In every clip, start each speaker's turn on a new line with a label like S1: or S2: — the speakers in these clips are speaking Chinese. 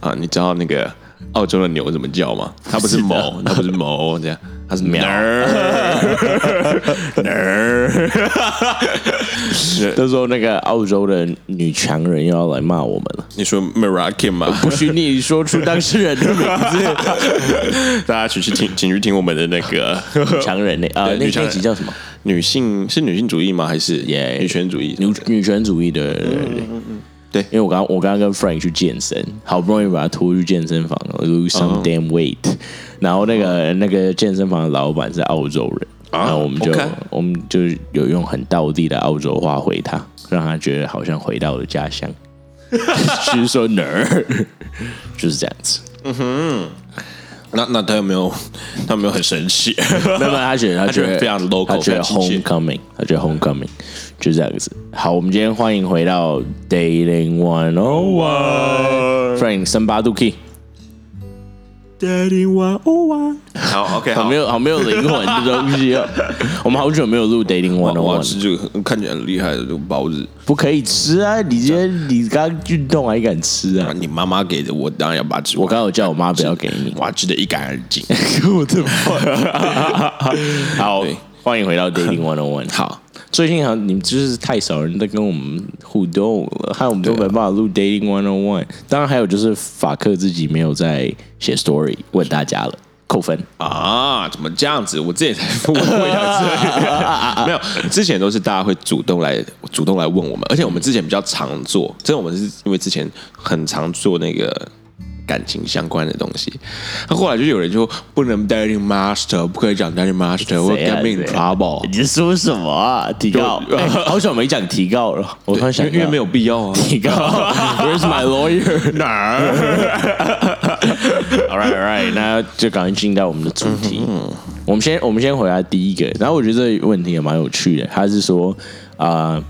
S1: 啊，你知道那个澳洲的牛怎么叫吗？它不是哞，它不是哞这样，它是喵
S2: 那时候那个澳洲的女强人又要来骂我们了，
S1: 你说 Moroccan 吗？
S2: 不许你说出当事人的名字。
S1: 大家去去听，请去听我们的那个
S2: 女 强人呢？啊，
S1: 对
S2: 那
S1: 女强
S2: 那
S1: 人
S2: 集叫什么？
S1: 女性是女性主义吗？还是
S2: 耶
S1: 女权主义？
S2: 女女权主义的，对对对
S1: 对
S2: 因为我刚我刚刚跟 Frank 去健身，好不容易把他拖去健身房，lose some damn weight，、然后那个那个健身房的老板是澳洲人，
S1: 啊
S2: 然后我们就
S1: OK
S2: 我们就有用很道地的澳洲话回他，让他觉得好像回到了家 乡，就是说哪儿， 就是这样子。
S1: 那那他有没有？他有没有很生气？
S2: 没 有，没有他觉得他
S1: 他觉
S2: 觉
S1: 得
S2: 得
S1: 非常 local，
S2: 他觉得
S1: 非常亲切
S2: homecoming，他觉得 homecoming 就这样子。好，我们今天欢迎回到 dating one o one Frank 三八度 key，
S3: Daddy one oh one，
S1: 好，OK，
S2: 好
S1: 好
S2: 没。有好没有灵魂的东西哦。 我们好久没有录 dating one
S1: 我
S2: o
S1: 要吃
S2: one，
S1: 这个看起来很厉害的这个包子
S2: 不可以吃啊！你今天你刚运动还敢吃
S1: 啊！
S2: 啊？
S1: 你妈妈给的，我当然要把它吃完。
S2: 我刚有叫我妈不要给你，
S1: 哇，吃的一干二 净。
S2: 我的妈！好
S1: 对，
S2: 欢迎回到 dating one o one。
S1: 好，
S2: 最近好像你们就是太少人在跟我们互动了，害我们都没办法录 Dating One on One。当然还有就是法克自己没有在写 story 问大家了，扣分。
S1: 啊，怎么这样子？我啊自己才问过一次，没有，之前都是大家会主动来主动来问我们，而且我们之前比较常做，这个我们是因为之前很常做那个。感情相关的东西，那后来就有人就不能 dating master，不可以讲 dating master，我会
S2: 谁啊
S1: get me in
S2: 谁
S1: trouble。
S2: 你在说什么啊？提告？哎 好久没讲提告了，我突然
S1: 因
S2: 想
S1: 为因为没
S2: 有
S1: 有必要啊。
S2: 提告。Where's my lawyer？哪儿？All right, all right，那就赶快进到我们的主题。我们先我们先回答第一个，然后我觉得这个问题也蛮有趣的，他是说啊。呃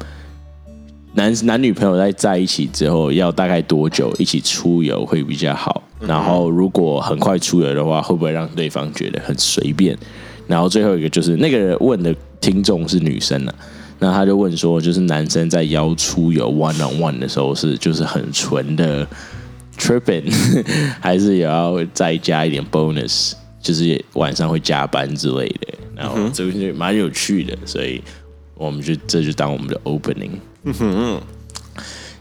S2: 男男女朋友在在一起之后，要大概多久一起出游会比较好？然后如果很快出游的话，会不会让对方觉得很随便？然后最后一个就是那个人问的听众是女生呢、啊，那他就问说，就是男生在邀出游 one on one 的时候是就是很纯的 tripping，还 是也要再加一点 bonus，就是晚上会加班之类的？然后这个就蛮有趣的，所以我们就这就当我们的 opening。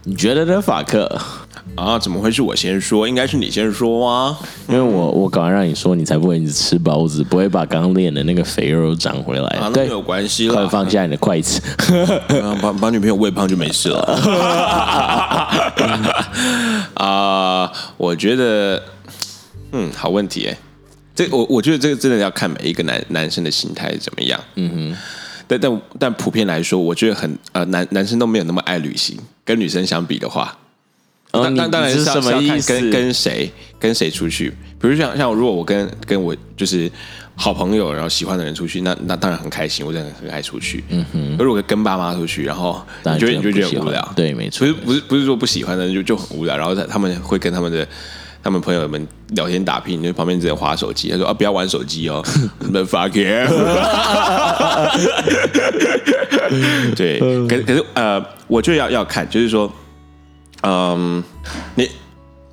S2: 你觉得呢，法克？
S1: 啊，怎么会是我先说？应该是你先说啊。
S2: 因为我我赶快让你说，你才不会一直吃包子，不会把刚练的那个肥肉长回来。
S1: 啊，那
S2: 对
S1: 没，有关系
S2: 快
S1: 啦，
S2: 放下你的筷子。
S1: 啊把把女朋友喂胖就没事了。啊、我觉得，嗯，好问题哎，这我我觉得这个真的要看每一个男男生的心态怎么样。嗯哼，但但但普遍来说，我觉得很呃男男生都没有那么爱旅行，跟女生相比的话，
S2: 哦
S1: 当
S2: 你
S1: 当当然
S2: 你
S1: 是
S2: 是
S1: 要
S2: 什
S1: 是要
S2: 么
S1: 看
S2: 意思？
S1: 跟跟谁跟谁出去？比如像像如果我跟跟我就是好朋友，然后喜欢的人出去，那那当然很开心，我真的很爱出去。嗯哼。如果跟爸妈出去，然后
S2: 当
S1: 你
S2: 然
S1: 觉得你
S2: 觉
S1: 就
S2: 得
S1: 觉
S2: 不
S1: 得很无
S2: 喜欢
S1: 聊，
S2: 对没错
S1: 不是不是不是说不喜欢的人就就很无聊，然后他他们会跟他们的。他们朋友们聊天打屁，你就旁边直接划手机。他说啊，不要玩手机哦 ，the fuck you。对，可可是呃，我就要要看，就是说，嗯，你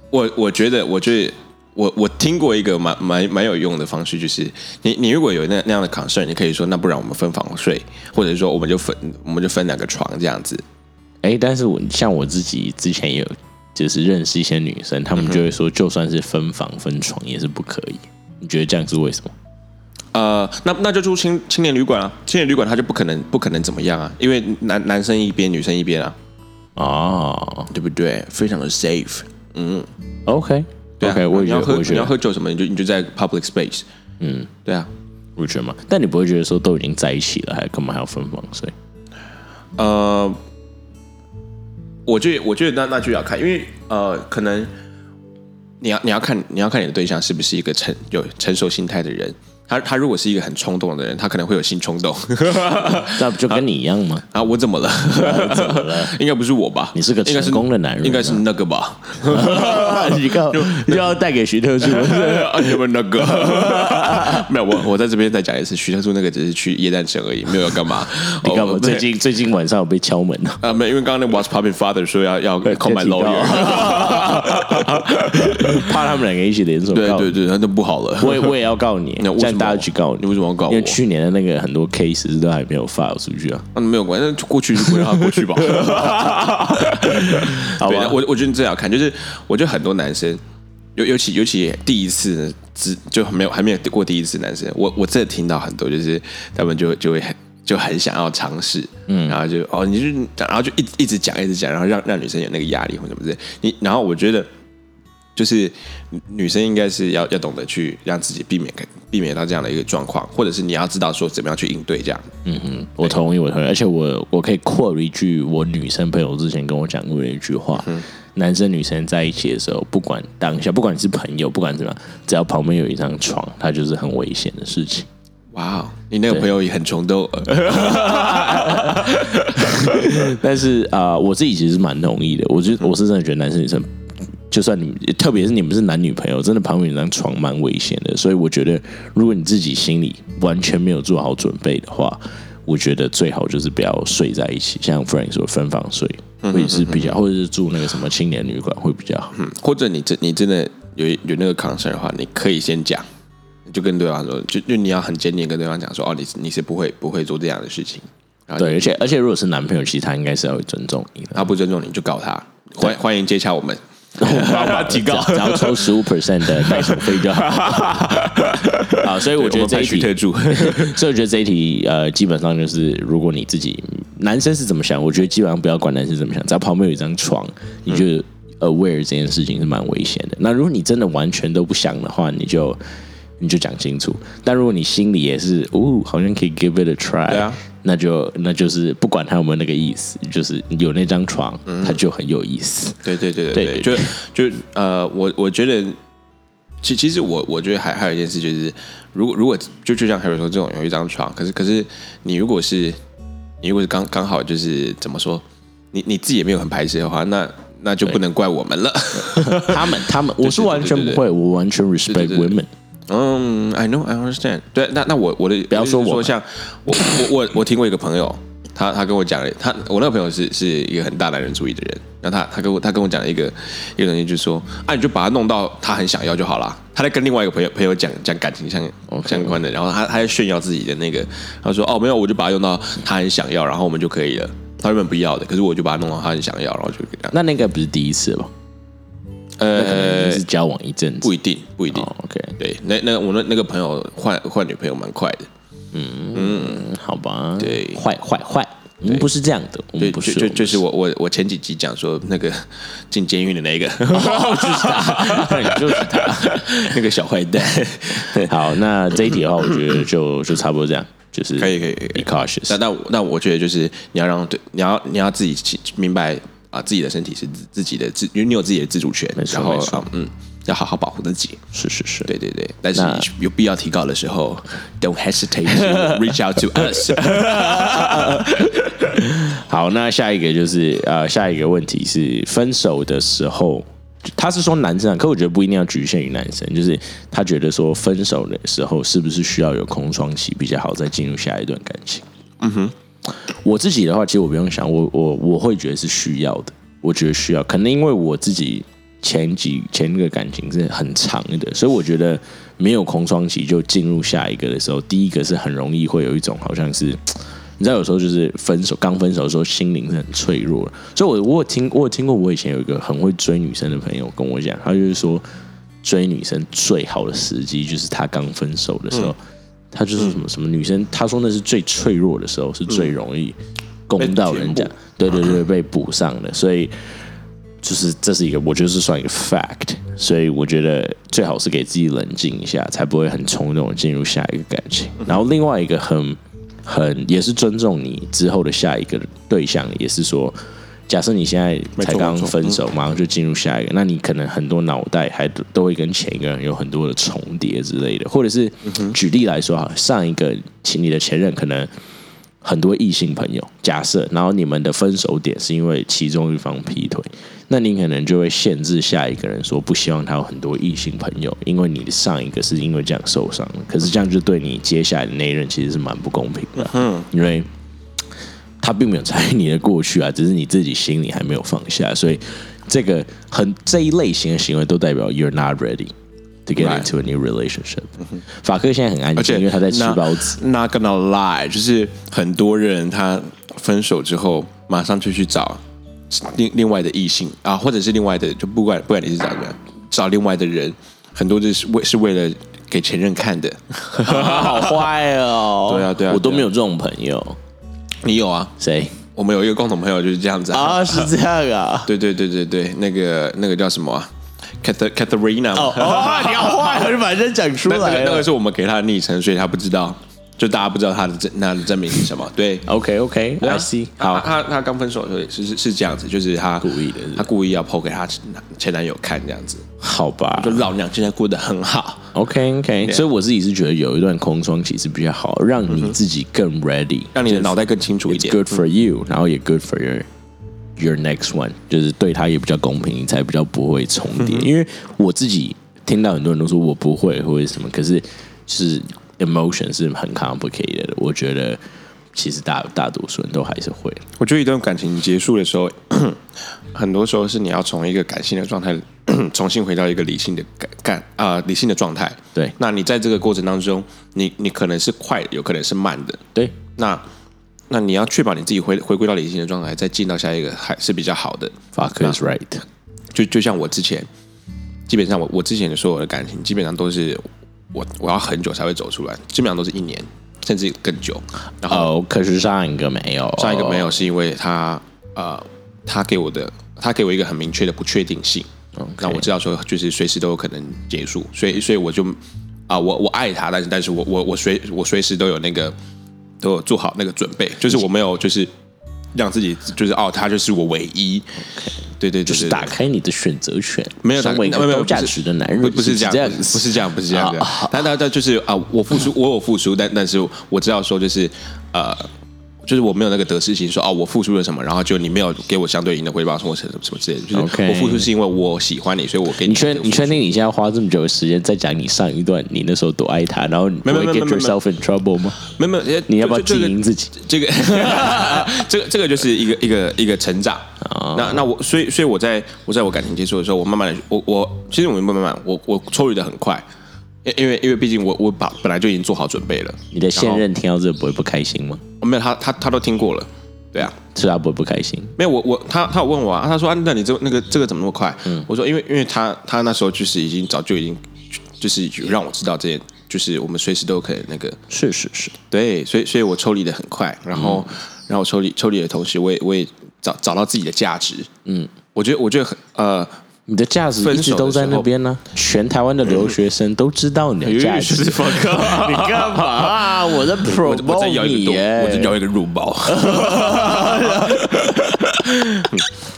S1: 我我觉得，我觉得我我听过一个蛮蛮蛮有用的方式，就是你你如果有那那样的 concern，你可以说那不然我们分房睡，或者说我们就分我们就分两个床这样子。
S2: 哎，但是我像我自己之前也有，就是认识一些女生，她们就会
S1: 嗯
S2: 说，就算是分房分床也是不可以。你觉得这样是为什么？
S1: 呃，那那就住青青年旅馆啊，青年旅馆他就不可能不可能怎么样啊，因为男男生一边女生一边啊，
S2: 哦
S1: 对不对？非常的 safe。
S2: ，OK，
S1: 对啊
S2: OK，我也
S1: 你
S2: 觉
S1: 要
S2: 得，
S1: 喝
S2: 我也觉
S1: 你要
S2: 得，
S1: 喝酒什么，你就你就在 public space。嗯，对啊。
S2: 我觉得嘛，但你不会觉得说都已经在一起了，还干嘛还要分房 睡？
S1: 呃，我觉得我觉得那那就要看，因为呃，可能你要你要看你要看你的对象是不是一个成有成熟心态的人。他他如果是一个很冲动的人，他可能会有性冲动。
S2: 那不就跟你一样吗？
S1: 啊，我怎么了？怎么了？ 应该不是我吧？
S2: 你是个
S1: 应该
S2: 成功的男人啊
S1: 应该是那个吧？
S2: 你 告 又要带给徐特助，
S1: 啊，你们那个 没有，我我在这边再讲一次，徐特助那个只是去夜战城而已，没有要干嘛。
S2: 你干
S1: 哦
S2: 嘛？最近最近晚上有被敲门呢？
S1: 呃啊，没有，因为刚刚那 What's Popping Father 说要要 call my
S2: 要提高
S1: lawyer，
S2: 怕他们两个一起联手
S1: 对
S2: 告
S1: 对
S2: 你。
S1: 对，那就不好了。
S2: 我也我也要告你，
S1: 那为什
S2: 这样
S1: 么
S2: 大家去告
S1: 你为什么要告我
S2: 因为去年的那个很多 case 都还没有发出去啊，
S1: 那嗯没有关系，那就过去就不让他过 去吧。
S2: 好
S1: 对，
S2: 吧
S1: 那？我我觉得这要看，就是我觉得很多男生，尤尤其尤其第一次只就没有还没有过第一次男生，我我真的听到很多，就是他们就就会很就很想要尝试，嗯，然后就哦，你就然后就一直一直讲一直讲，然后让让女生有那个压力或什么之类，你然后我觉得。就是女女生应该是要要懂得去让自己避免避免到这样的一个状况，或者是你要知道说怎么样去应对这样。嗯
S2: 我同意，我同意，而且我我可以 quote 一句我女生朋友之前跟我讲过的一句话：
S1: 嗯
S2: 男生女生在一起的时候，不管当下，不管是朋友，不管怎么样，只要旁边有一张床，它就是很危险的事情。
S1: 哇哦，你那个朋友也很穷都，呃
S2: 但是啊、呃我自己其实蛮同意的，我就我是真的觉得男生女生，就算你们，特别是你们是男女朋友，真的旁边有张床蛮危险的，所以我觉得如果你自己心里完全没有做好准备的话，我觉得最好就是不要睡在一起，像 Frank 说分房睡。会是比较，或者是住那个什么青年旅馆会比较好。
S1: 或者你真你真的有有那个 concern 的话，你可以先讲，你就跟对方说，就就你要很坚定地跟对方讲说，哦，你是你是不会不会做这样的事情，然后
S2: 对，而且而且如果是男朋友，其实他应该是要会尊重你的。
S1: 他不尊重你就告他，欢欢迎接洽我们，提告
S2: 只要抽十五 percent 的代手费就好。啊，所以我觉得
S1: 们
S2: 这
S1: 派
S2: 一
S1: 许
S2: 题
S1: 特助，
S2: 所以我觉得这一题呃，基本上就是如果你自己男生是怎么想，我觉得基本上不要管男生怎么想，只要旁边有一张床，你就 aware 这件事情是蛮危险的。那如果你真的完全都不想的话，你就你就讲清楚。但如果你心里也是哦，好像可以 give it a try，、
S1: 对啊
S2: 那就那就是不管他有没有那个意思，就是有那张床，他就很有意 思。
S1: 对对对对对，
S2: 对
S1: 就就呃，我我觉得，其其实我我觉得还还有一件事就是，如果如果就就像海瑞说，这种有一张床，可是可是你如果是你如果是刚刚好就是怎么说，你你自己也没有很排斥的话，那那就不能怪我们了。
S2: 他们他们，我
S1: 对
S2: 是
S1: 对
S2: 完全
S1: 对
S2: 不
S1: 对
S2: 会，我完全 respect
S1: 对对
S2: women。
S1: 嗯，I know, I understand。对，那那我我的不
S2: 要说我
S1: 说像我我我我听过一个朋友，他他跟我讲了，他我那个朋友是是一个很大男人主义的人，然后他他跟我他跟我讲了一个一个东西，就是说啊，你就把他弄到他很想要就好啦。他在跟另外一个朋友朋友讲讲感情相相关的，然后他他在炫耀自己的那个，他说哦没有，我就把它用到他很想要，然后我们就可以了。他原本不要的，可是我就把它弄到他很想要，然后就这样。
S2: 那那个不是第一次吧？那可能已经
S1: 呃
S2: 是，交往一阵子
S1: 不。一定，不一定。
S2: 哦，OK，
S1: 对，那那我那那个朋友换换女朋友蛮快的。
S2: 嗯好吧，
S1: 对
S2: 坏坏坏，我们不是这样的，我们
S1: 对，
S2: 不，
S1: 就是就
S2: 我们
S1: 就是我我我前几集讲说那个进监狱的 那个，
S2: 不是就是他。
S1: 那个小坏蛋。
S2: 好，那这一题的话，我觉得就就差不多这样，就是
S1: 可以可以可以
S2: be
S1: 那
S2: cautious。
S1: 那我那我觉得就是你要让对，你要你要自己去明白啊，自己的身体是自自己的自，因为你有自己的自主权
S2: 没，错
S1: 然后
S2: 没错
S1: 啊嗯，要好好保护自己。
S2: 是是是，
S1: 对对对，但是你有必要提高的时候，don't hesitate to reach out to us。
S2: 好，那下一个就是呃，下一个问题是分手的时候，他是说男生啊，可我觉得不一定要局限于男生，就是他觉得说分手的时候是不是需要有空窗期比较好，再进入下一段感情？嗯哼，我自己的话，其实我不用想，我我我会觉得是需要的，我觉得需要，可能因为我自己。前几前一个感情是很长的，所以我觉得没有空窗期就进入下一个的时候，第一个是很容易会有一种好像是你知道有时候就是分手，刚分手的时候心灵是很脆弱的。所以我我有听我有听过，我以前有一个很会追女生的朋友跟我讲，他就是说追女生最好的时机就是他刚分手的时
S1: 嗯
S2: 候，他就是什么什么女生，他说那是最脆弱的时候，是最容易攻到人家
S1: 被填补，
S2: 对对对，被补上的，所以。就是这是一个，我觉得是算一个 fact，所以我觉得最好是给自己冷静一下，才不会很冲动地进入下一个感情。
S1: 嗯
S2: 然后另外一个很很也是尊重你之后的下一个对象，也是说，假设你现在才
S1: 没错
S2: 刚
S1: 没错嗯
S2: 分手，马上就进入下一个，那你可能很多脑袋还都都会跟前一个人有很多的重叠之类的，或者是
S1: 嗯
S2: 举例来说哈，上一个前你的前任可能。很多异性朋友，假设，然后你们的分手点是因为其中一方劈腿，那你可能就会限制下一个人说不希望他有很多异性朋友，因为你的上一个是因为这样受伤的，可是这样就对你接下来的那一任其实是蛮不公平的，嗯，因为他并没有参与你的过去啊，只是你自己心里还没有放下，所以这个很这一类型的行为都代表 you're not ready to get
S1: Right.
S2: into a new relationship。法克现在很安
S1: 而且
S2: 静，因为他在吃
S1: not-
S2: 包 子。
S1: Not gonna lie，就是很多人他分手之后，马上就去找另另外的异性啊，或者是另外的，就不管不管你是找人，找另外的人，很多就是为是为了给前任看的。
S2: 好坏哦！
S1: 对啊对啊
S2: 我都
S1: 对啊
S2: 没有这种朋友。
S1: 你有啊？
S2: 谁
S1: 我们有一个共同朋友就是这样子啊。
S2: 啊？是这样啊？
S1: 对对对对对，那个那个叫什么、啊、？Cath Catherina
S2: 哦哦，你好坏哦，你把人家讲出
S1: 那那
S2: 来
S1: 个那个
S2: 了。
S1: 是我们给他的昵称，所以他不知道，就大家不知道他的真他的真名是什么。对啊
S2: OK OK，I see。
S1: 好，
S2: 好，
S1: 他他刚分手的时候也是是是这样子，就是他故
S2: 意的是不是
S1: 他故意要抛给他前男前男友看这样子，
S2: 好吧
S1: 就。老娘现在过得很好。
S2: OK OK，所以我自己是觉得有一段空窗期是比较好，让你自己更 ready，
S1: 嗯让你嗯的脑袋更清楚一
S2: It's
S1: 点。
S2: good for you，然后也 good for your your next one，就是对他也比较公平，你才比较不会重
S1: 嗯
S2: 叠。因为我自己听到很多人都说我不会或者什么，可是是 emotion 是很 complicated 的。我觉得其实大大多数人都还是会。
S1: 我觉得一段感情结束的时候，很多时候是你要从一个感性的状态重新回到一个理性的感感啊、理性的状态。
S2: 对
S1: 那你在这个过程当中，你你可能是快，有可能是慢的。
S2: 对，
S1: 那那你要确保你自己回回归到理性的状态，再进到下一个还是比较好的。
S2: 法克 is right。
S1: 就就像我之前，基本上我我之前的所有的感情，基本上都是我我要很久才会走出来，基本上都是一年甚至更久。然后
S2: 哦，可是上一个没有，
S1: 上一个没有，是因为他呃，他给我的他给我一个很明确的不确定性，那我知道说就是随时都有可能结束，所以所以我就啊、我我爱他，但是但是我我我随我随时都有那个都有做好那个准备，就是我没有就是让自己就是哦，他就是我唯一。对对对对
S2: 就是
S1: 对
S2: 打开你的选择权，
S1: 没有打
S2: 身为一个
S1: 没有没有
S2: 高价
S1: 不是
S2: 值的男人，
S1: 不不是这样，
S2: 这样
S1: 不
S2: 子
S1: 是不是这样，不是这样的
S2: 啊。
S1: 但但但就是啊，我付出，我有付出，但但是我知道说就是呃，就是我没有那个得失心，说哦，我付出了什么，然后就你没有给我相对应的回报，说我什么什么之类的。就是
S2: OK
S1: 我付出是因为我喜欢你，所以我给你
S2: 你确
S1: 这个
S2: 你
S1: 付出
S2: 确定你现在花这么久的时间在讲你上一段你那时候多爱他，然后你不
S1: 没
S2: 会
S1: 没没
S2: get
S1: 没没
S2: yourself in trouble 吗？
S1: 没有没有？呃
S2: 你要不要
S1: 这
S2: 经
S1: 这
S2: 营自己？
S1: 这个 这个这个就是一个一个一个成长。那那我所以所以我在我在我感情结束的时候，我慢慢的我我其实我慢慢慢我我抽离的很快，因因为因为毕竟我我把本来就已经做好准备了。
S2: 你的现任听到这不会不开心吗？
S1: 哦没有他他他都听过了，对啊，
S2: 是他不会不开心。
S1: 没有我我他他有问我啊，他说啊，那你这那个这个怎么那么快？我说因为因为他他那时候就是已经早就已经就是有让我知道这件，就是我们随时都有可能那个
S2: 是是是，
S1: 对，所以所以我抽离的很快，然后、
S2: 嗯
S1: 然后我抽离抽离的同时，我也我也找找到自己的价值，嗯，我觉得我觉得很呃，
S2: 你的价值一直都在那边呢、全台湾的留学生都知道你的价值。
S1: 哎是 fuck，
S2: 你干嘛、啊？ 我在
S1: 我我再
S2: promote
S1: 咬一
S2: 你
S1: 个洞，
S2: 耶
S1: 我再咬一个入 包。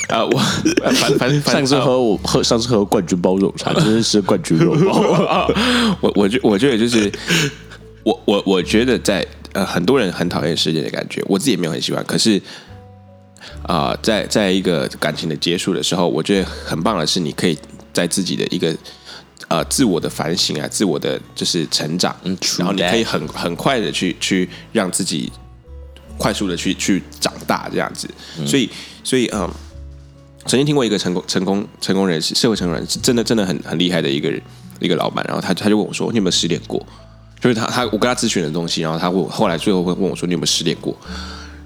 S1: 啊、我反反反
S2: 上 次喝我喝上次喝冠军包肉茶，真是吃冠军肉 包。
S1: 我我觉我觉得就是我我我觉得在呃很多人很讨厌世界的感觉，我自己也没有很喜欢，可是。啊、在在一个感情的结束的时候，我觉得很棒的是，你可以在自己的一个呃自我的反省啊，自我的就是成长，
S2: 嗯 true
S1: 然后你
S2: that
S1: 可以很很快的去去让自己快速的去去长大这样子。所以所以嗯，曾经听过一个成功成功成功人士，社会成功人士，真的真的很很厉害的一个人一个老板，然后他他就问我说：“你有没有失恋过？”就是他他我跟他咨询的东西，然后他问我，后来最后会问我说：“你有没有失恋过？”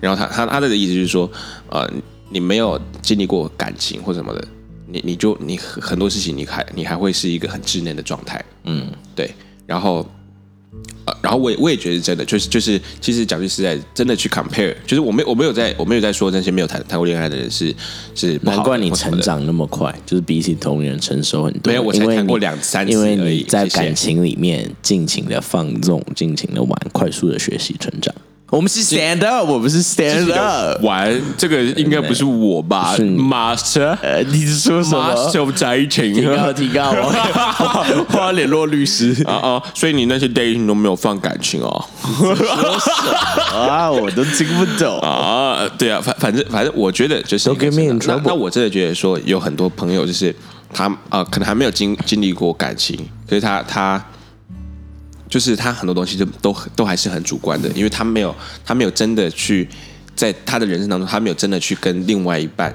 S1: 然后他他他的意思就是说，呃，你没有经历过感情或什么的，你你就你很很多事情你还你还会是一个很稚嫩的状态，嗯，对。然后，呃，然后我也我也觉得是真的，就是就是，其实讲句实在，真的去 compare，就是我没我没有在我没有在说那些没有谈谈过恋爱的人是是不好
S2: 难
S1: 的
S2: 怪你
S1: 或什么
S2: 成
S1: 的
S2: 长那么快，就是比起同龄人成熟很多。
S1: 没有我才
S2: 因为
S1: 谈过
S2: 你
S1: 两三次
S2: 因为
S1: 而已
S2: 你在
S1: 谢谢
S2: 感情里面尽情的放纵，尽情的玩，快速的学习成长。我们是 stand up，我们是 stand
S1: 要
S2: up。
S1: 玩这个应该不是我吧
S2: 是你
S1: ？Master
S2: 呃，你是说什么？
S1: Master of 宅啊情
S2: 提高提高，啊 我我要联络律师
S1: 啊啊！所以你那些 dating 都没有放感情哦。
S2: 啊，我都听不懂。
S1: 啊，对啊，反反正反正，我觉得就是
S2: Don't get me in
S1: 那
S2: trouble
S1: 那我真的觉得说，有很多朋友就是他啊、呃可能还没有经经历过感情，可是他他就是他很多东西都都都还是很主观的，因为他没有他没有真的去在他的人生当中，他没有真的去跟另外一半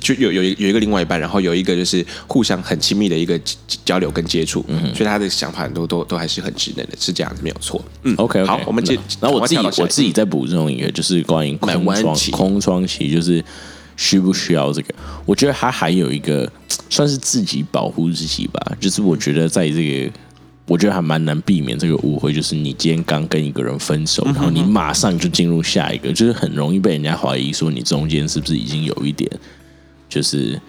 S1: 就有有一有一个另外一半，然后有一个就是互相很亲密的一个交交流跟接触，
S2: 嗯
S1: 所以他的想法很多都都还是很直男的，是这样子没有错。嗯
S2: OK，,
S1: 好，我们接，
S2: 然后我自己
S1: 赶快跳到下一
S2: 我自己再补充一个，就是关于
S1: 买
S2: 空
S1: 弯
S2: 窗
S1: 期
S2: 空窗期，就是需不需要这个？我觉得它还有一个算是自己保护自己吧，就是我觉得在这个。我觉得还蛮难避免这个误会，就是你今天刚跟一个人分手，
S1: 嗯
S2: 然后你马上就进入下一个，就是很容易被人家怀疑说你中间是不是已经有一点，就是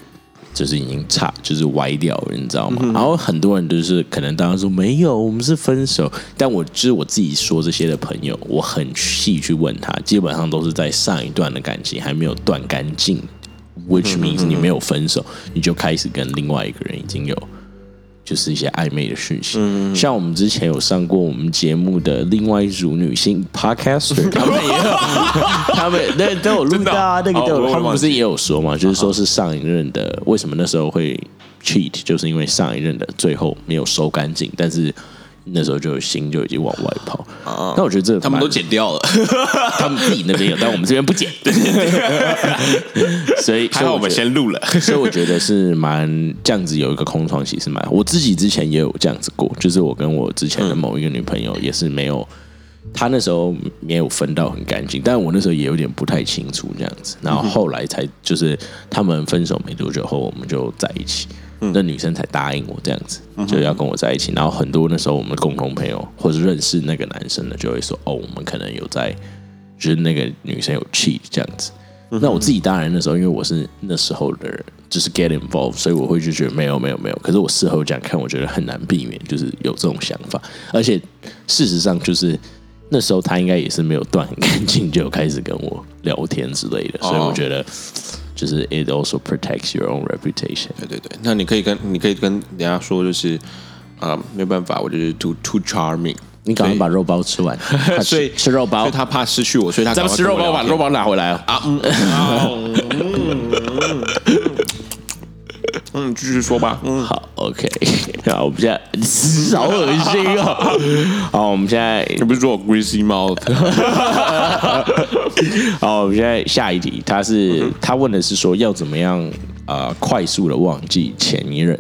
S2: 就是已经差，就是歪掉了，你知道吗？然后很多人就是可能当时说没有，我们是分手，但我就是我自己说这些的朋友，我很细去问他，基本上都是在上一段的感情还没有断干净，which means 你没有分手，你就开始跟另外一个人已经有。就是一些暧昧的事情，像我们之前有上过我们节目的另外一组女性 podcaster，他们也有，他们 那都有录到啊，那
S1: 真
S2: 个
S1: 的哦
S2: 都有
S1: 哦我也
S2: 他们
S1: 忘
S2: 不
S1: 记啊
S2: 是也有说嘛，就是说是上一任的，为什么那时候会 cheat，就是因为上一任的最后没有收干净，但是那时候就心就已经往外跑。那我觉得这个
S1: 啊他们
S2: 蛮
S1: 都剪掉了，
S2: 他们自己那边有，但我们这边不剪， 所以
S1: 还好我们。
S2: 所以觉得
S1: 先录了。
S2: 所以我觉得是蛮这样子，有一个空窗期是蛮。我自己之前也有这样子过，就是我跟我之前的某一个女朋友也是没有，她那时候没有分到很干净，但我那时候也有点不太清楚这样子。然后后来才就是他们分手没多久后，我们就在一起。那女生才答应我这样子，就要跟我在一起。然后很多那时候我们共同朋友或者认识那个男生的，就会说哦，我们可能有在就是那个女生有 cheat 这样子。那我自己当然那时候，因为我是那时候的人，就是 get involved，所以我会就觉得没有没有没有。可是我事后这样看，我觉得很难避免，就是有这种想法。而且事实上，就是那时候他应该也是没有断很干净，就开始跟我聊天之类的。所以
S1: 哦
S2: 我觉得，就是 it also protects your own reputation。
S1: 对对对，那你可以跟你可以跟人家说，就是啊、没有办法，我就是 too too charming，
S2: 你赶快把肉包 吃完，快吃
S1: 所以
S2: 吃肉包
S1: 所以，他怕失去我，所以他
S2: 咱们吃肉包，把肉包拿回来啊！
S1: 啊，嗯嗯嗯嗯，继续说吧，嗯，
S2: 好，OK，好，我 们现在 好恶心哦。 好，我们现在
S1: 你不是说我 greasy mouth？
S2: 好，我们现在下一题，他是、他问的是说要怎么样呃快速的忘记前一任。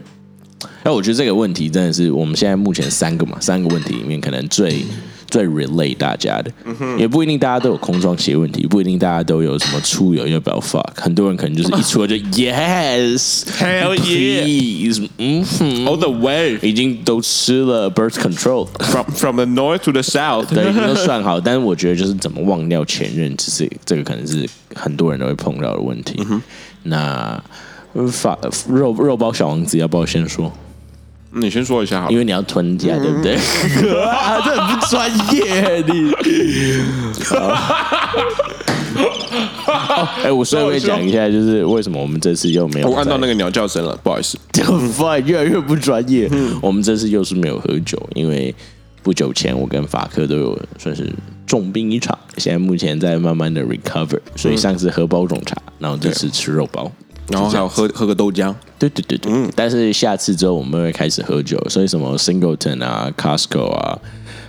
S2: 那我觉得这个问题真的是我们现在目前三个嘛，三个问题里面可能最最 relate 大家的，也不一定大家都有空窗期的问题，不一定大家都有什么出游要不要 fuck，很多人可能就是一出游就 yes，hell yeah，please，嗯哼
S1: All the way
S2: 已经都吃了 birth control，
S1: from from the north to the south。
S2: 对，已经都算好。但是我觉得就是怎么忘掉前任，只是这个可能是很多人都会碰到的问
S1: 嗯
S2: 题。那呃法肉肉包小王子要不要先说？
S1: 嗯你先说一下好
S2: 因
S1: 了。
S2: 为你要吞下，
S1: 嗯
S2: 对 不对？啊，这很不专业，你。好哦哎、我稍微讲一下，就是为什么我们这次又没有
S1: 我按
S2: 在
S1: 到那个鸟叫声了，不好意思。
S2: 这个 fine 越来越不专业。
S1: 嗯
S2: 我们这次又是没有喝酒，因为不久前我跟法克都有算是重病一场，现在目前在慢慢的 recover，所以
S1: 嗯
S2: 上次喝包种茶，然后这次吃肉包。
S1: 然后还有喝喝个豆浆，
S2: 对对对对，
S1: 嗯
S2: 但是下次之后我们会开始喝酒，所以什么 Singleton 啊、Costco 啊、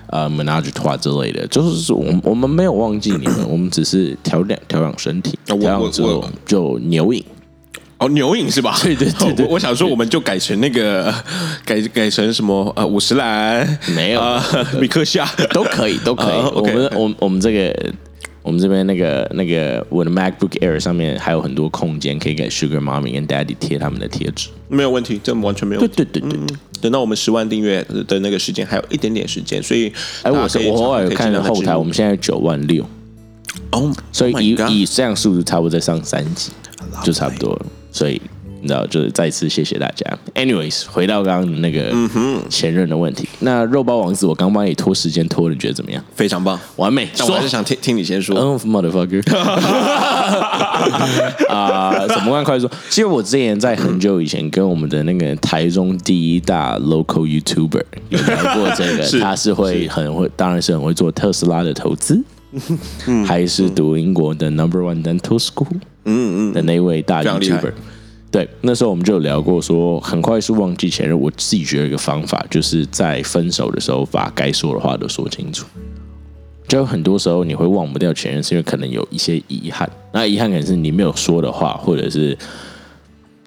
S2: 呃 Menage t r 之类的，就是我们我们没有忘记你们，我们只是调养调养身体，
S1: 啊我
S2: 调养之
S1: 我
S2: 后
S1: 我
S2: 就牛饮。
S1: 哦，牛饮是吧？对
S2: 对对对
S1: 我我想说，我们就改成那个 改改成什么呃五十岚，
S2: 没有
S1: 呃 米克夏，
S2: 都可以，都可以。
S1: 啊
S2: 我
S1: ，OK，
S2: 们我们我们这个我们这边那个那个我的 MacBook Air 上面还有很多空间可以给 Sugar Mommy 跟 Daddy 贴他们的贴纸。
S1: 没有问题，这完全没有
S2: 对
S1: 问题。
S2: 对对对。
S1: 嗯等到我们十万订阅的那个时间还有一点点时间，所以
S2: 哎，
S1: 大
S2: 我
S1: 家可以
S2: 我偶尔有
S1: 可以
S2: 看
S1: 尽量
S2: 后台，
S1: 支
S2: 我们现在九万六，
S1: 哦，
S2: 所以
S1: Oh my
S2: 以
S1: God
S2: 以这样速度差不多再上三集就差不多了。所以你知道，就是再次谢谢大家。Anyways，回到刚刚那个
S1: 嗯
S2: 前任的问题，那肉包王子，我刚帮你拖时间拖了，你觉得怎么样？
S1: 非常棒。
S2: 完美，
S1: 但我
S2: 说
S1: 还是想听听你先说。
S2: 嗯，motherfucker，啊，怎么样快速？其实我之前在很久以前跟我们的那个台中第一大 local YouTuber 有聊过这个，
S1: 是
S2: 他是会很会，当然是很会做特斯拉的投资，
S1: 嗯
S2: 还是读英国的 Number One Dental School，嗯嗯的那位大
S1: 非常厉害
S2: YouTuber。对，那时候我们就有聊过说，很快速忘记前任。我自己觉得一个方法，就是在分手的时候把该说的话都说清楚。就很多时候你会忘不掉前任，是因为可能有一些遗憾。那遗憾可能是你没有说的话，或者是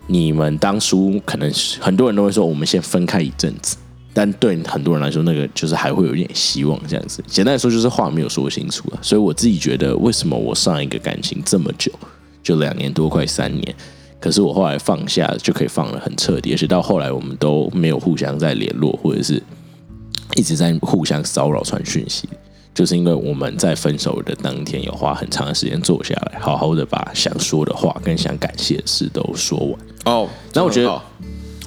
S2: 你们当初可能是很多人都会说，我们先分开一阵子，但对很多人来说，那个就是还会有一点希望这样子。简单来说，就是话没有说清楚啊。所以我自己觉得，为什么我上一个感情这么久，就两年多，快三年，可是我后来放下就可以放得很彻底，而且到后来我们都没有互相在联络，或者是一直在互相骚扰传讯息，就是因为我们在分手的当天有花很长的时间坐下来，好好的把想说的话跟想感谢的事都说完。
S1: 哦，
S2: 那我觉得
S1: 很好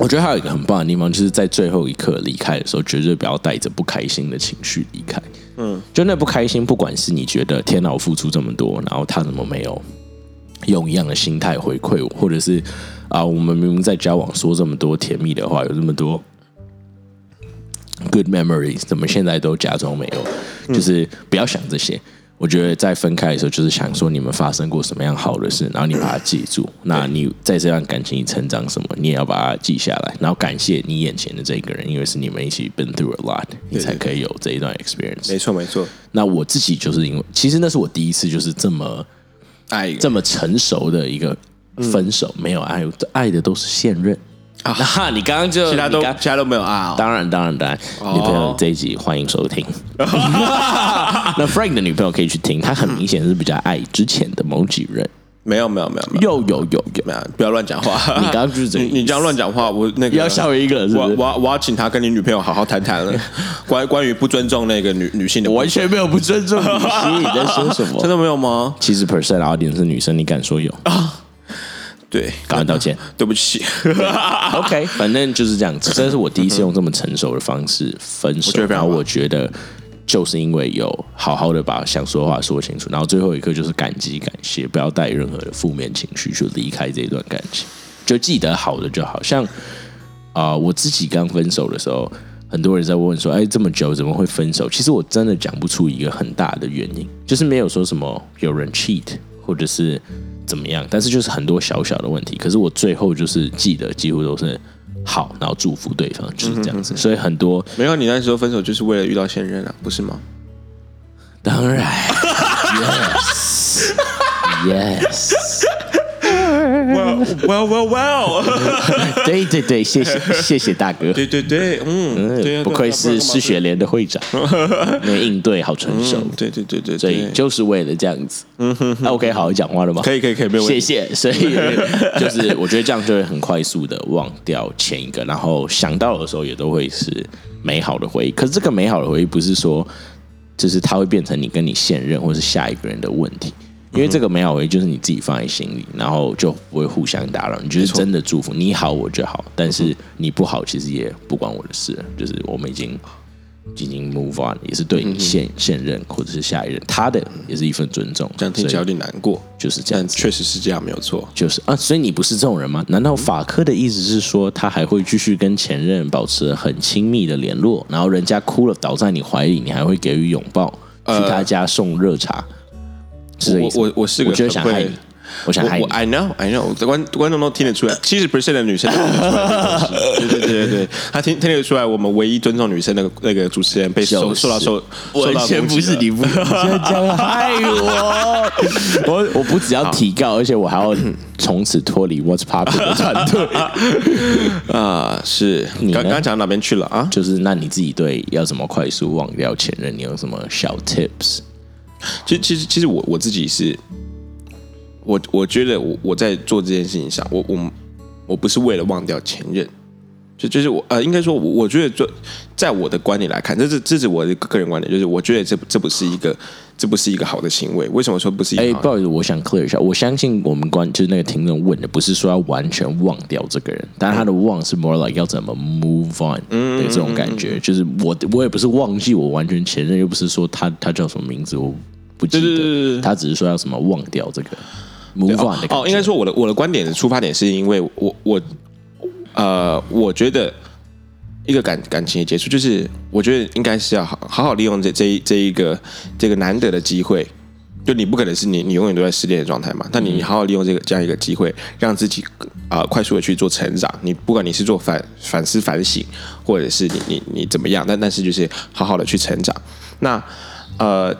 S2: 我觉得还有一个很棒的地方，就是在最后一刻离开的时候，绝对不要带着不开心的情绪离开。嗯，就那不开心，不管是你觉得天哪，我付出这么多，然后他怎么没有用一样的心态回馈我，或者是啊，我们明明在交往说这么多甜蜜的话，有这么多 good memories，怎么现在都假装没有？就是不要想这些。我觉得在分开的时候，就是想说你们发生过什么样好的事，然后你把它记住。那你在这段感情里成长什么，你也要把它记下来，然后感谢你眼前的这个人，因为是你们一起 been through a lot，你才可以有这一段 experience
S1: 没。错没错，
S2: 那我自己就是因为，其实那是我第一次就是这么
S1: 爱
S2: 这么成熟的一个分手，没有爱，爱的都是现任。嗯 啊哈！你刚刚就
S1: 其他都
S2: 你刚
S1: 其他都没有啊、哦，
S2: 当然，当然，当然，女朋友这一集欢迎收 听。那 Frank 的女朋友可以去听，她很明显是比较爱之前的某几任。
S1: 没有没有没有没有
S2: 又有有有，
S1: 没有，啊不要乱讲话。
S2: 你刚刚就是这个
S1: 你
S2: 意思
S1: 你这样乱讲话，我那个
S2: 要吓我一个人是不
S1: 我
S2: 是
S1: 我要我要请他跟你女朋友好好谈谈 了，关关于不尊重那个女女性的部分，
S2: 完全没有不尊重女 性，你在说什
S1: 真
S2: 么？
S1: 的没有吗？
S2: 七十 percent 然后点是女生，你敢说 有？
S1: 对，
S2: 赶快道歉。
S1: 对不 起，
S2: OK，反 正就是这样子。这是我第一次用这么成熟的方式分手
S1: 觉，得非常
S2: 然后
S1: 好
S2: 我觉得就是因为有好好的把想说的话说清楚，然后最后一个就是感激感谢，不要带任何的负面情绪去离开这段感情，就记得好的就好。像啊、我自己刚分手的时候，很多人在问说：“哎，这么久怎么会分手？”其实我真的讲不出一个很大的原因，就是没有说什么有人 cheat 或者是怎么样，但是就是很多小小的问题。可是我最后就是记得几乎都是好，然后祝福对方，就是这样
S1: 嗯
S2: 子。所以很多
S1: 没有，你那时候分手就是为了遇到现任啊，不是 吗？
S2: 当然，yes yes。
S1: Well well well well，
S2: 对对对，谢谢谢谢大哥，
S1: 对对对，嗯，对啊，
S2: 不愧是
S1: 失
S2: 失学联的 会长，那个应对好成熟，
S1: 对对对对
S2: 所以
S1: 对，
S2: 就是为了这样子。嗯哼，OK，好好讲话了吗？
S1: 可以可以可以，没有问
S2: 谢
S1: 题。
S2: 谢。所以就是我觉得这样就会很快速的忘掉前一个，然后想到的时候也都会是美好的回忆。可是这个美好的回忆不是说，就是它会变成你跟你现任或是下一个人的问题。
S1: 嗯
S2: 因为这个美好回忆就是你自己放在心里，然后就不会互相打扰。你就是真的祝福你好我就好，但是你不好其实也不关我的事了。就是我们已经已经 move on，也是
S1: 嗯
S2: 对你现现任或者是下一任他的也是一份尊重。
S1: 这样听起来有点难过，
S2: 就是这样
S1: 但确实是这样，没有错。
S2: 就是啊，所以你不是这种人吗？难
S1: 嗯
S2: 道法科的意思是说，他还会继续跟前任保持很亲密的联络，然后人家哭了倒在你怀里，你还会给予拥抱，去他家送热茶，是这个意
S1: 呃我
S2: 思吗
S1: 我我是个
S2: 我觉得
S1: 很
S2: 想
S1: 会
S2: 害你，我想害
S1: 我
S2: 你
S1: 我。I know I know，观观众都听得出来，
S2: 呃
S1: 七十 percent 的女生都听得出来这个东 西，对对对对对，他听听得出来，我们唯一尊重女生的那个主持人被受
S2: 就是
S1: 受到受受到攻击了，
S2: 不，你现在这样害我，
S1: 哎
S2: 我我不只要提告，而且我还要从此脱 离 What's Popping 的团队。
S1: 啊，是
S2: 呢
S1: 刚刚讲到哪边去了啊？
S2: 就是那你自己对要怎么快速忘掉前任，你有什么小 tips？
S1: 其实其实其实我我自己是，我我觉得我我在做这件事情上，我我我不是为了忘掉前任，就就是我呃，应该说我我觉得做，在我的观点来看，这是这是我的个人观点，就是我觉得这这不是一个这不是一个好的行为。为什么说不是一
S2: 哎、
S1: 个好
S2: 不好意思，我想 clear 一下，我相信我们观就是那个听众问的，不是说要完全忘掉这个人，但他的忘是 more like 要怎么 move on
S1: 嗯
S2: 的这种感觉，就是我我也不是忘记我完全前任，又不是说他他叫什么名字，我不记得，
S1: 对对对对对
S2: 他只是说要什么忘掉这个 move on 的感觉。
S1: 哦，应该说我的我的观点的出发点是因为我我呃，我觉得一个感感情的结束，就是我觉得应该是要好好好利用这这一这一个这个难得的机会。就你不可能是你，你永远都在失恋的状态嘛。但你你好好利用这个这样一个机会，让自己啊、呃快速的去做成长。你不管你是做反反思反省，或者是你你你怎么样，但但是就是好好的去成长。那呃，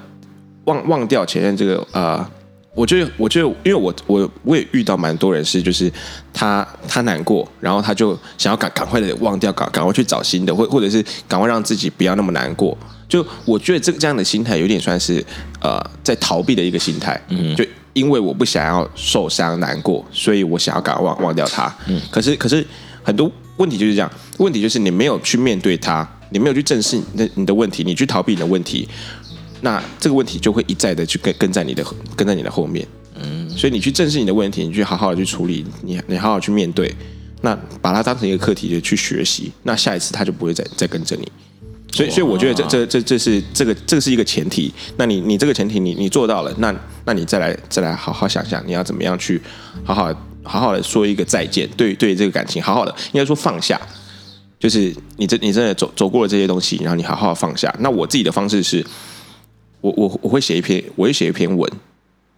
S1: 忘忘掉前任这个呃，我觉得，我觉得，因为我我我也遇到蛮多人是，就是他他难过，然后他就想要赶赶快的忘掉，赶赶快去找新的，或或者是赶快让自己不要那么难过。就我觉得这这样的心态有点算是呃在逃避的一个心态，嗯，就因为我不想要受伤难过，所以我想要赶快忘忘掉它。嗯，可是可是很多问题就是这样，问题就是你没有去面对它，你没有去正视你的你的问题，你去逃避你的问题，那这个问题就会一再的去跟跟在你的跟在你的后面。嗯，所以你去正视你的问题，你去好好的去处理，你你好好去面对，那把它当成一个课题的去学习，那下一次它就不会再再跟着你。所以，所以我觉得这这这这是这个这个是一个前提。那你你这个前提你你做到了，那那你再来再来好好想想，你要怎么样去好好好好的说一个再见，对对这个感情好好的应该说放下，就是你真你真的走走过了这些东西，然后你好好地放下。那我自己的方式是，我我我会写一篇，我会写一篇文，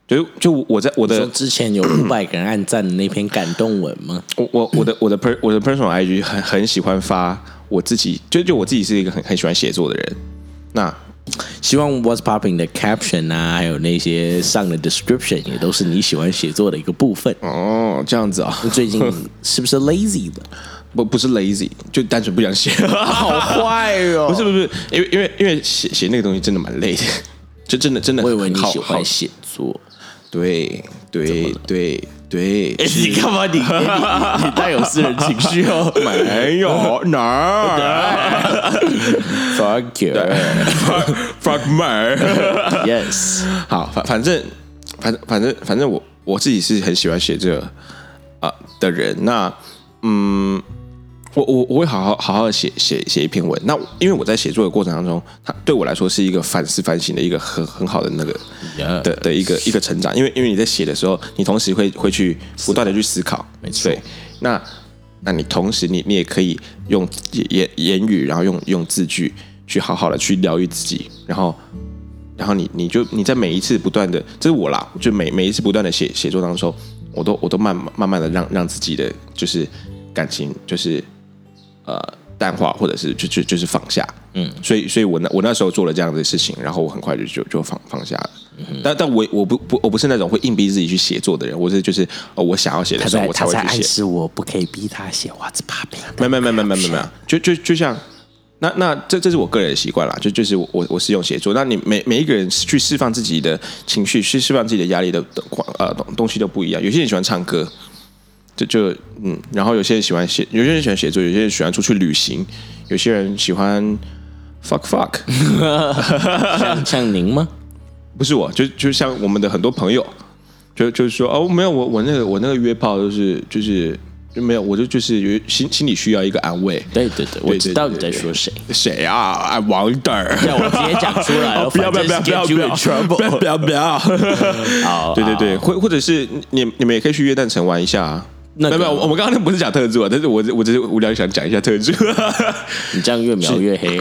S1: 就就我在我
S3: 说
S1: 的
S3: 之前有五百个人按赞的那篇感动文吗？
S1: 我我我的我的 per 我的 personal IG 很很喜欢发我自己，就就我自己是一个很很喜欢写作的人。那
S3: 希望 What's Popping 的 caption 啊，还有那些上的 description 也都是你喜欢写作的一个部 分。
S1: 哦，这样子啊、
S3: 最近是不是 lazy 的？
S1: 不不是 lazy，就单纯不想写。
S3: 好坏哦！
S1: 不是不是，因为因为因为写写那个东西真的蛮累的，就真的真的
S3: 我以为你
S1: 好
S3: 喜
S1: 好
S3: 欢写作。
S1: 对对对对，
S2: 哎你干嘛你 你你带有私人情绪哦
S1: 没有哪儿
S2: ？Fuck you！
S1: fuck fuck my，
S2: Yes，
S1: 好反反正反正反正反正我我自己是很喜欢写这个啊、的人，那嗯。我我我会好好好好地写写写一篇文。那因为我在写作的过程当中，它对我来说是一个反思反省的一个很很好的那个的的一个一个成长，因为因为你在写的时候，你同时会会去不断的去思考，没
S2: 错
S1: 对，那那你同时你你也可以用言言语，然后用用字句去好好的去疗愈自己，然后然后你你就你在每一次不断的，这是我啦，就每每一次不断的写写作当中，我都我都慢慢慢慢的让让自己的就是感情就是呃淡化，或者是就就就是放下。嗯，所以所以我那我那时候做了这样的事情，然后我很快就就就放放下了。但但我我不不我不是那种会硬逼自己去写作的人，我是就是、哦、我想要写的
S3: 他
S1: 时候
S3: 在
S1: 我才
S3: 他
S1: 会
S3: 在
S1: 去
S3: 暗
S1: 写。
S3: 示我不可以逼他写 What's Popping。
S1: 没有没有没有没有没有没有，就就就像那那这这是我个人的习惯啦，就就是我我我是用写作，那你每每一个人去释放自己的情绪，去释放自己的压力的的呃东东西都不一样，有些人喜欢唱歌。就就嗯，然后有些人喜欢写，有些人喜欢写作，有些人喜欢出去旅行，有些人喜欢 fuck fuck，
S3: 像像您吗？
S1: 不是我，就就像我们的很多朋友，就就是说哦，没有我我那个我那个约炮就是就是就没有，我就就是有心心里需要一个安慰，
S2: 对对对，我知道你在说谁。
S1: 谁啊？啊，王德 儿。
S2: 那我直接讲出来 了，
S1: 不要不要不要
S2: 反
S1: 不
S2: 正
S1: 要
S2: get
S1: 不
S2: you
S1: 要
S2: in trouble 哦
S1: 不要不要不要！ 对对对，或或者是你你们也可以去约旦城玩一下啊。
S2: 那
S1: 没
S2: 个
S1: 有没有，我们刚刚那不是讲特助啊，但是我我只是无聊想讲一下特助。
S2: 你这样越描越黑。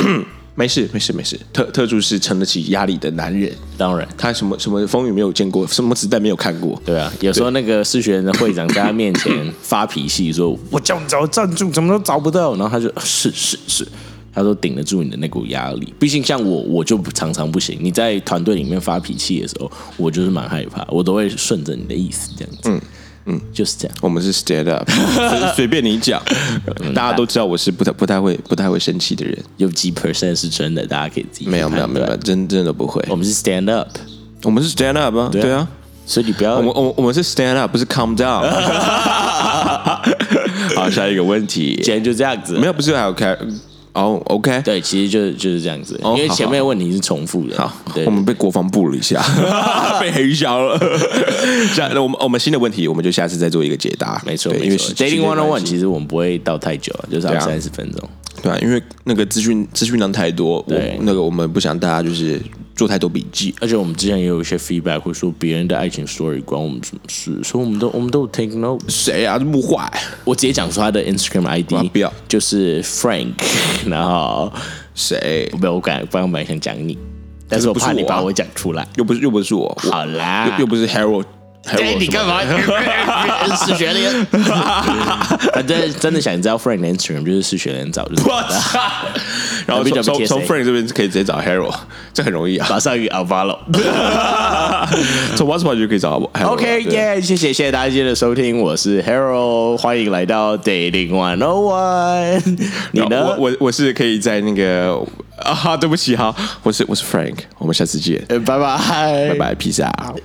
S1: 没事没事没事，特特助是撑得起压力的男人，
S2: 当 然，
S1: 他什么什么风雨没有见过，什么子弹没有看过。
S2: 对啊，有时候那个世学院的会长在他面前发脾气，说：“我叫你找赞助，怎么都找不到。”然后他就：“是是是。”他说顶得住你的那股压力，毕竟像我，我就不常常不行。你在团队里面发脾气的时候，我就是蛮害怕，我都会顺着你的意思这样子。嗯嗯，就是这样。
S1: 我们是 stand up，随随便你讲，
S2: 嗯
S1: 大家都知道我是不太不太会不太会生气的人。
S2: 有几 percent 是真的，大家可以自己去
S1: 没有没有
S2: 判
S1: 没有，没
S2: 断
S1: 有真真的不会。
S2: 我们是 stand up，
S1: 我们是 stand up 啊，对啊。
S2: 所以你不要
S1: 我们我们我们是 stand up，不是 calm down。好，下一个问题，
S2: 今天就这样子。
S1: 没有，不是还有开哦，OK，
S2: 对，其实就是就是这样子，
S1: 哦
S2: 因为
S1: 好
S2: 前面的问题是重复的。
S1: 好，
S2: 对
S1: 我，们被国防部了一 下，被黑消了。 下，那我们我们新的问题，我们就下次再做一个解答。
S2: 没错
S1: 对
S2: 没
S1: 因为
S2: 错。
S1: 时
S2: Dating
S1: 间
S2: One
S1: 关
S2: on One
S1: 系
S2: 其实我们不会到太久啊，就是
S1: 对
S2: 二
S1: 啊
S2: 三十分钟。
S1: 对啊，因为那个资讯资讯量太多，我
S2: 对
S1: 那个我们不想大家就是做太多笔记。
S2: 而且我们之前也有一些 feedback 会说别人的爱情 story 关我们什么事，所以我们都我们都有 take note。
S1: 谁啊？这么坏？
S2: 我直接讲出他的 Instagram
S1: 哇
S2: ID，
S1: 不要
S2: 就是 Frank，然 后
S1: 谁？
S2: 没有我感，刚刚本来想讲你，但是我
S1: 不是
S2: 怕你
S1: 我啊
S2: 把我讲出来。
S1: 又不是又不是我，我
S2: 好啦
S1: 又又不是 Harold 还有我什么？
S2: 嘛？是学莲，反正真的想知道 Frank 的 Instagram 就是是学莲找的，
S1: 我操！ 然后
S2: 比
S1: 从
S2: 较
S1: 从
S2: PSA
S1: 从 Frank 这边可以直接找 Harold，这很容易啊。
S2: 马上与 Alvaro。
S1: 从 w a t s p a 就可以找 Harold。
S2: 啊 OK，
S1: 对
S2: 耶！谢谢谢谢大家今天的收听，我是 Harold，欢迎来到 Dating One O One。你
S1: 然
S2: 呢
S1: 后？我我我是可以在那个啊，对不起哈，我是我是 Frank，我们下次见，
S2: 呃拜拜，
S1: 拜拜，peace out。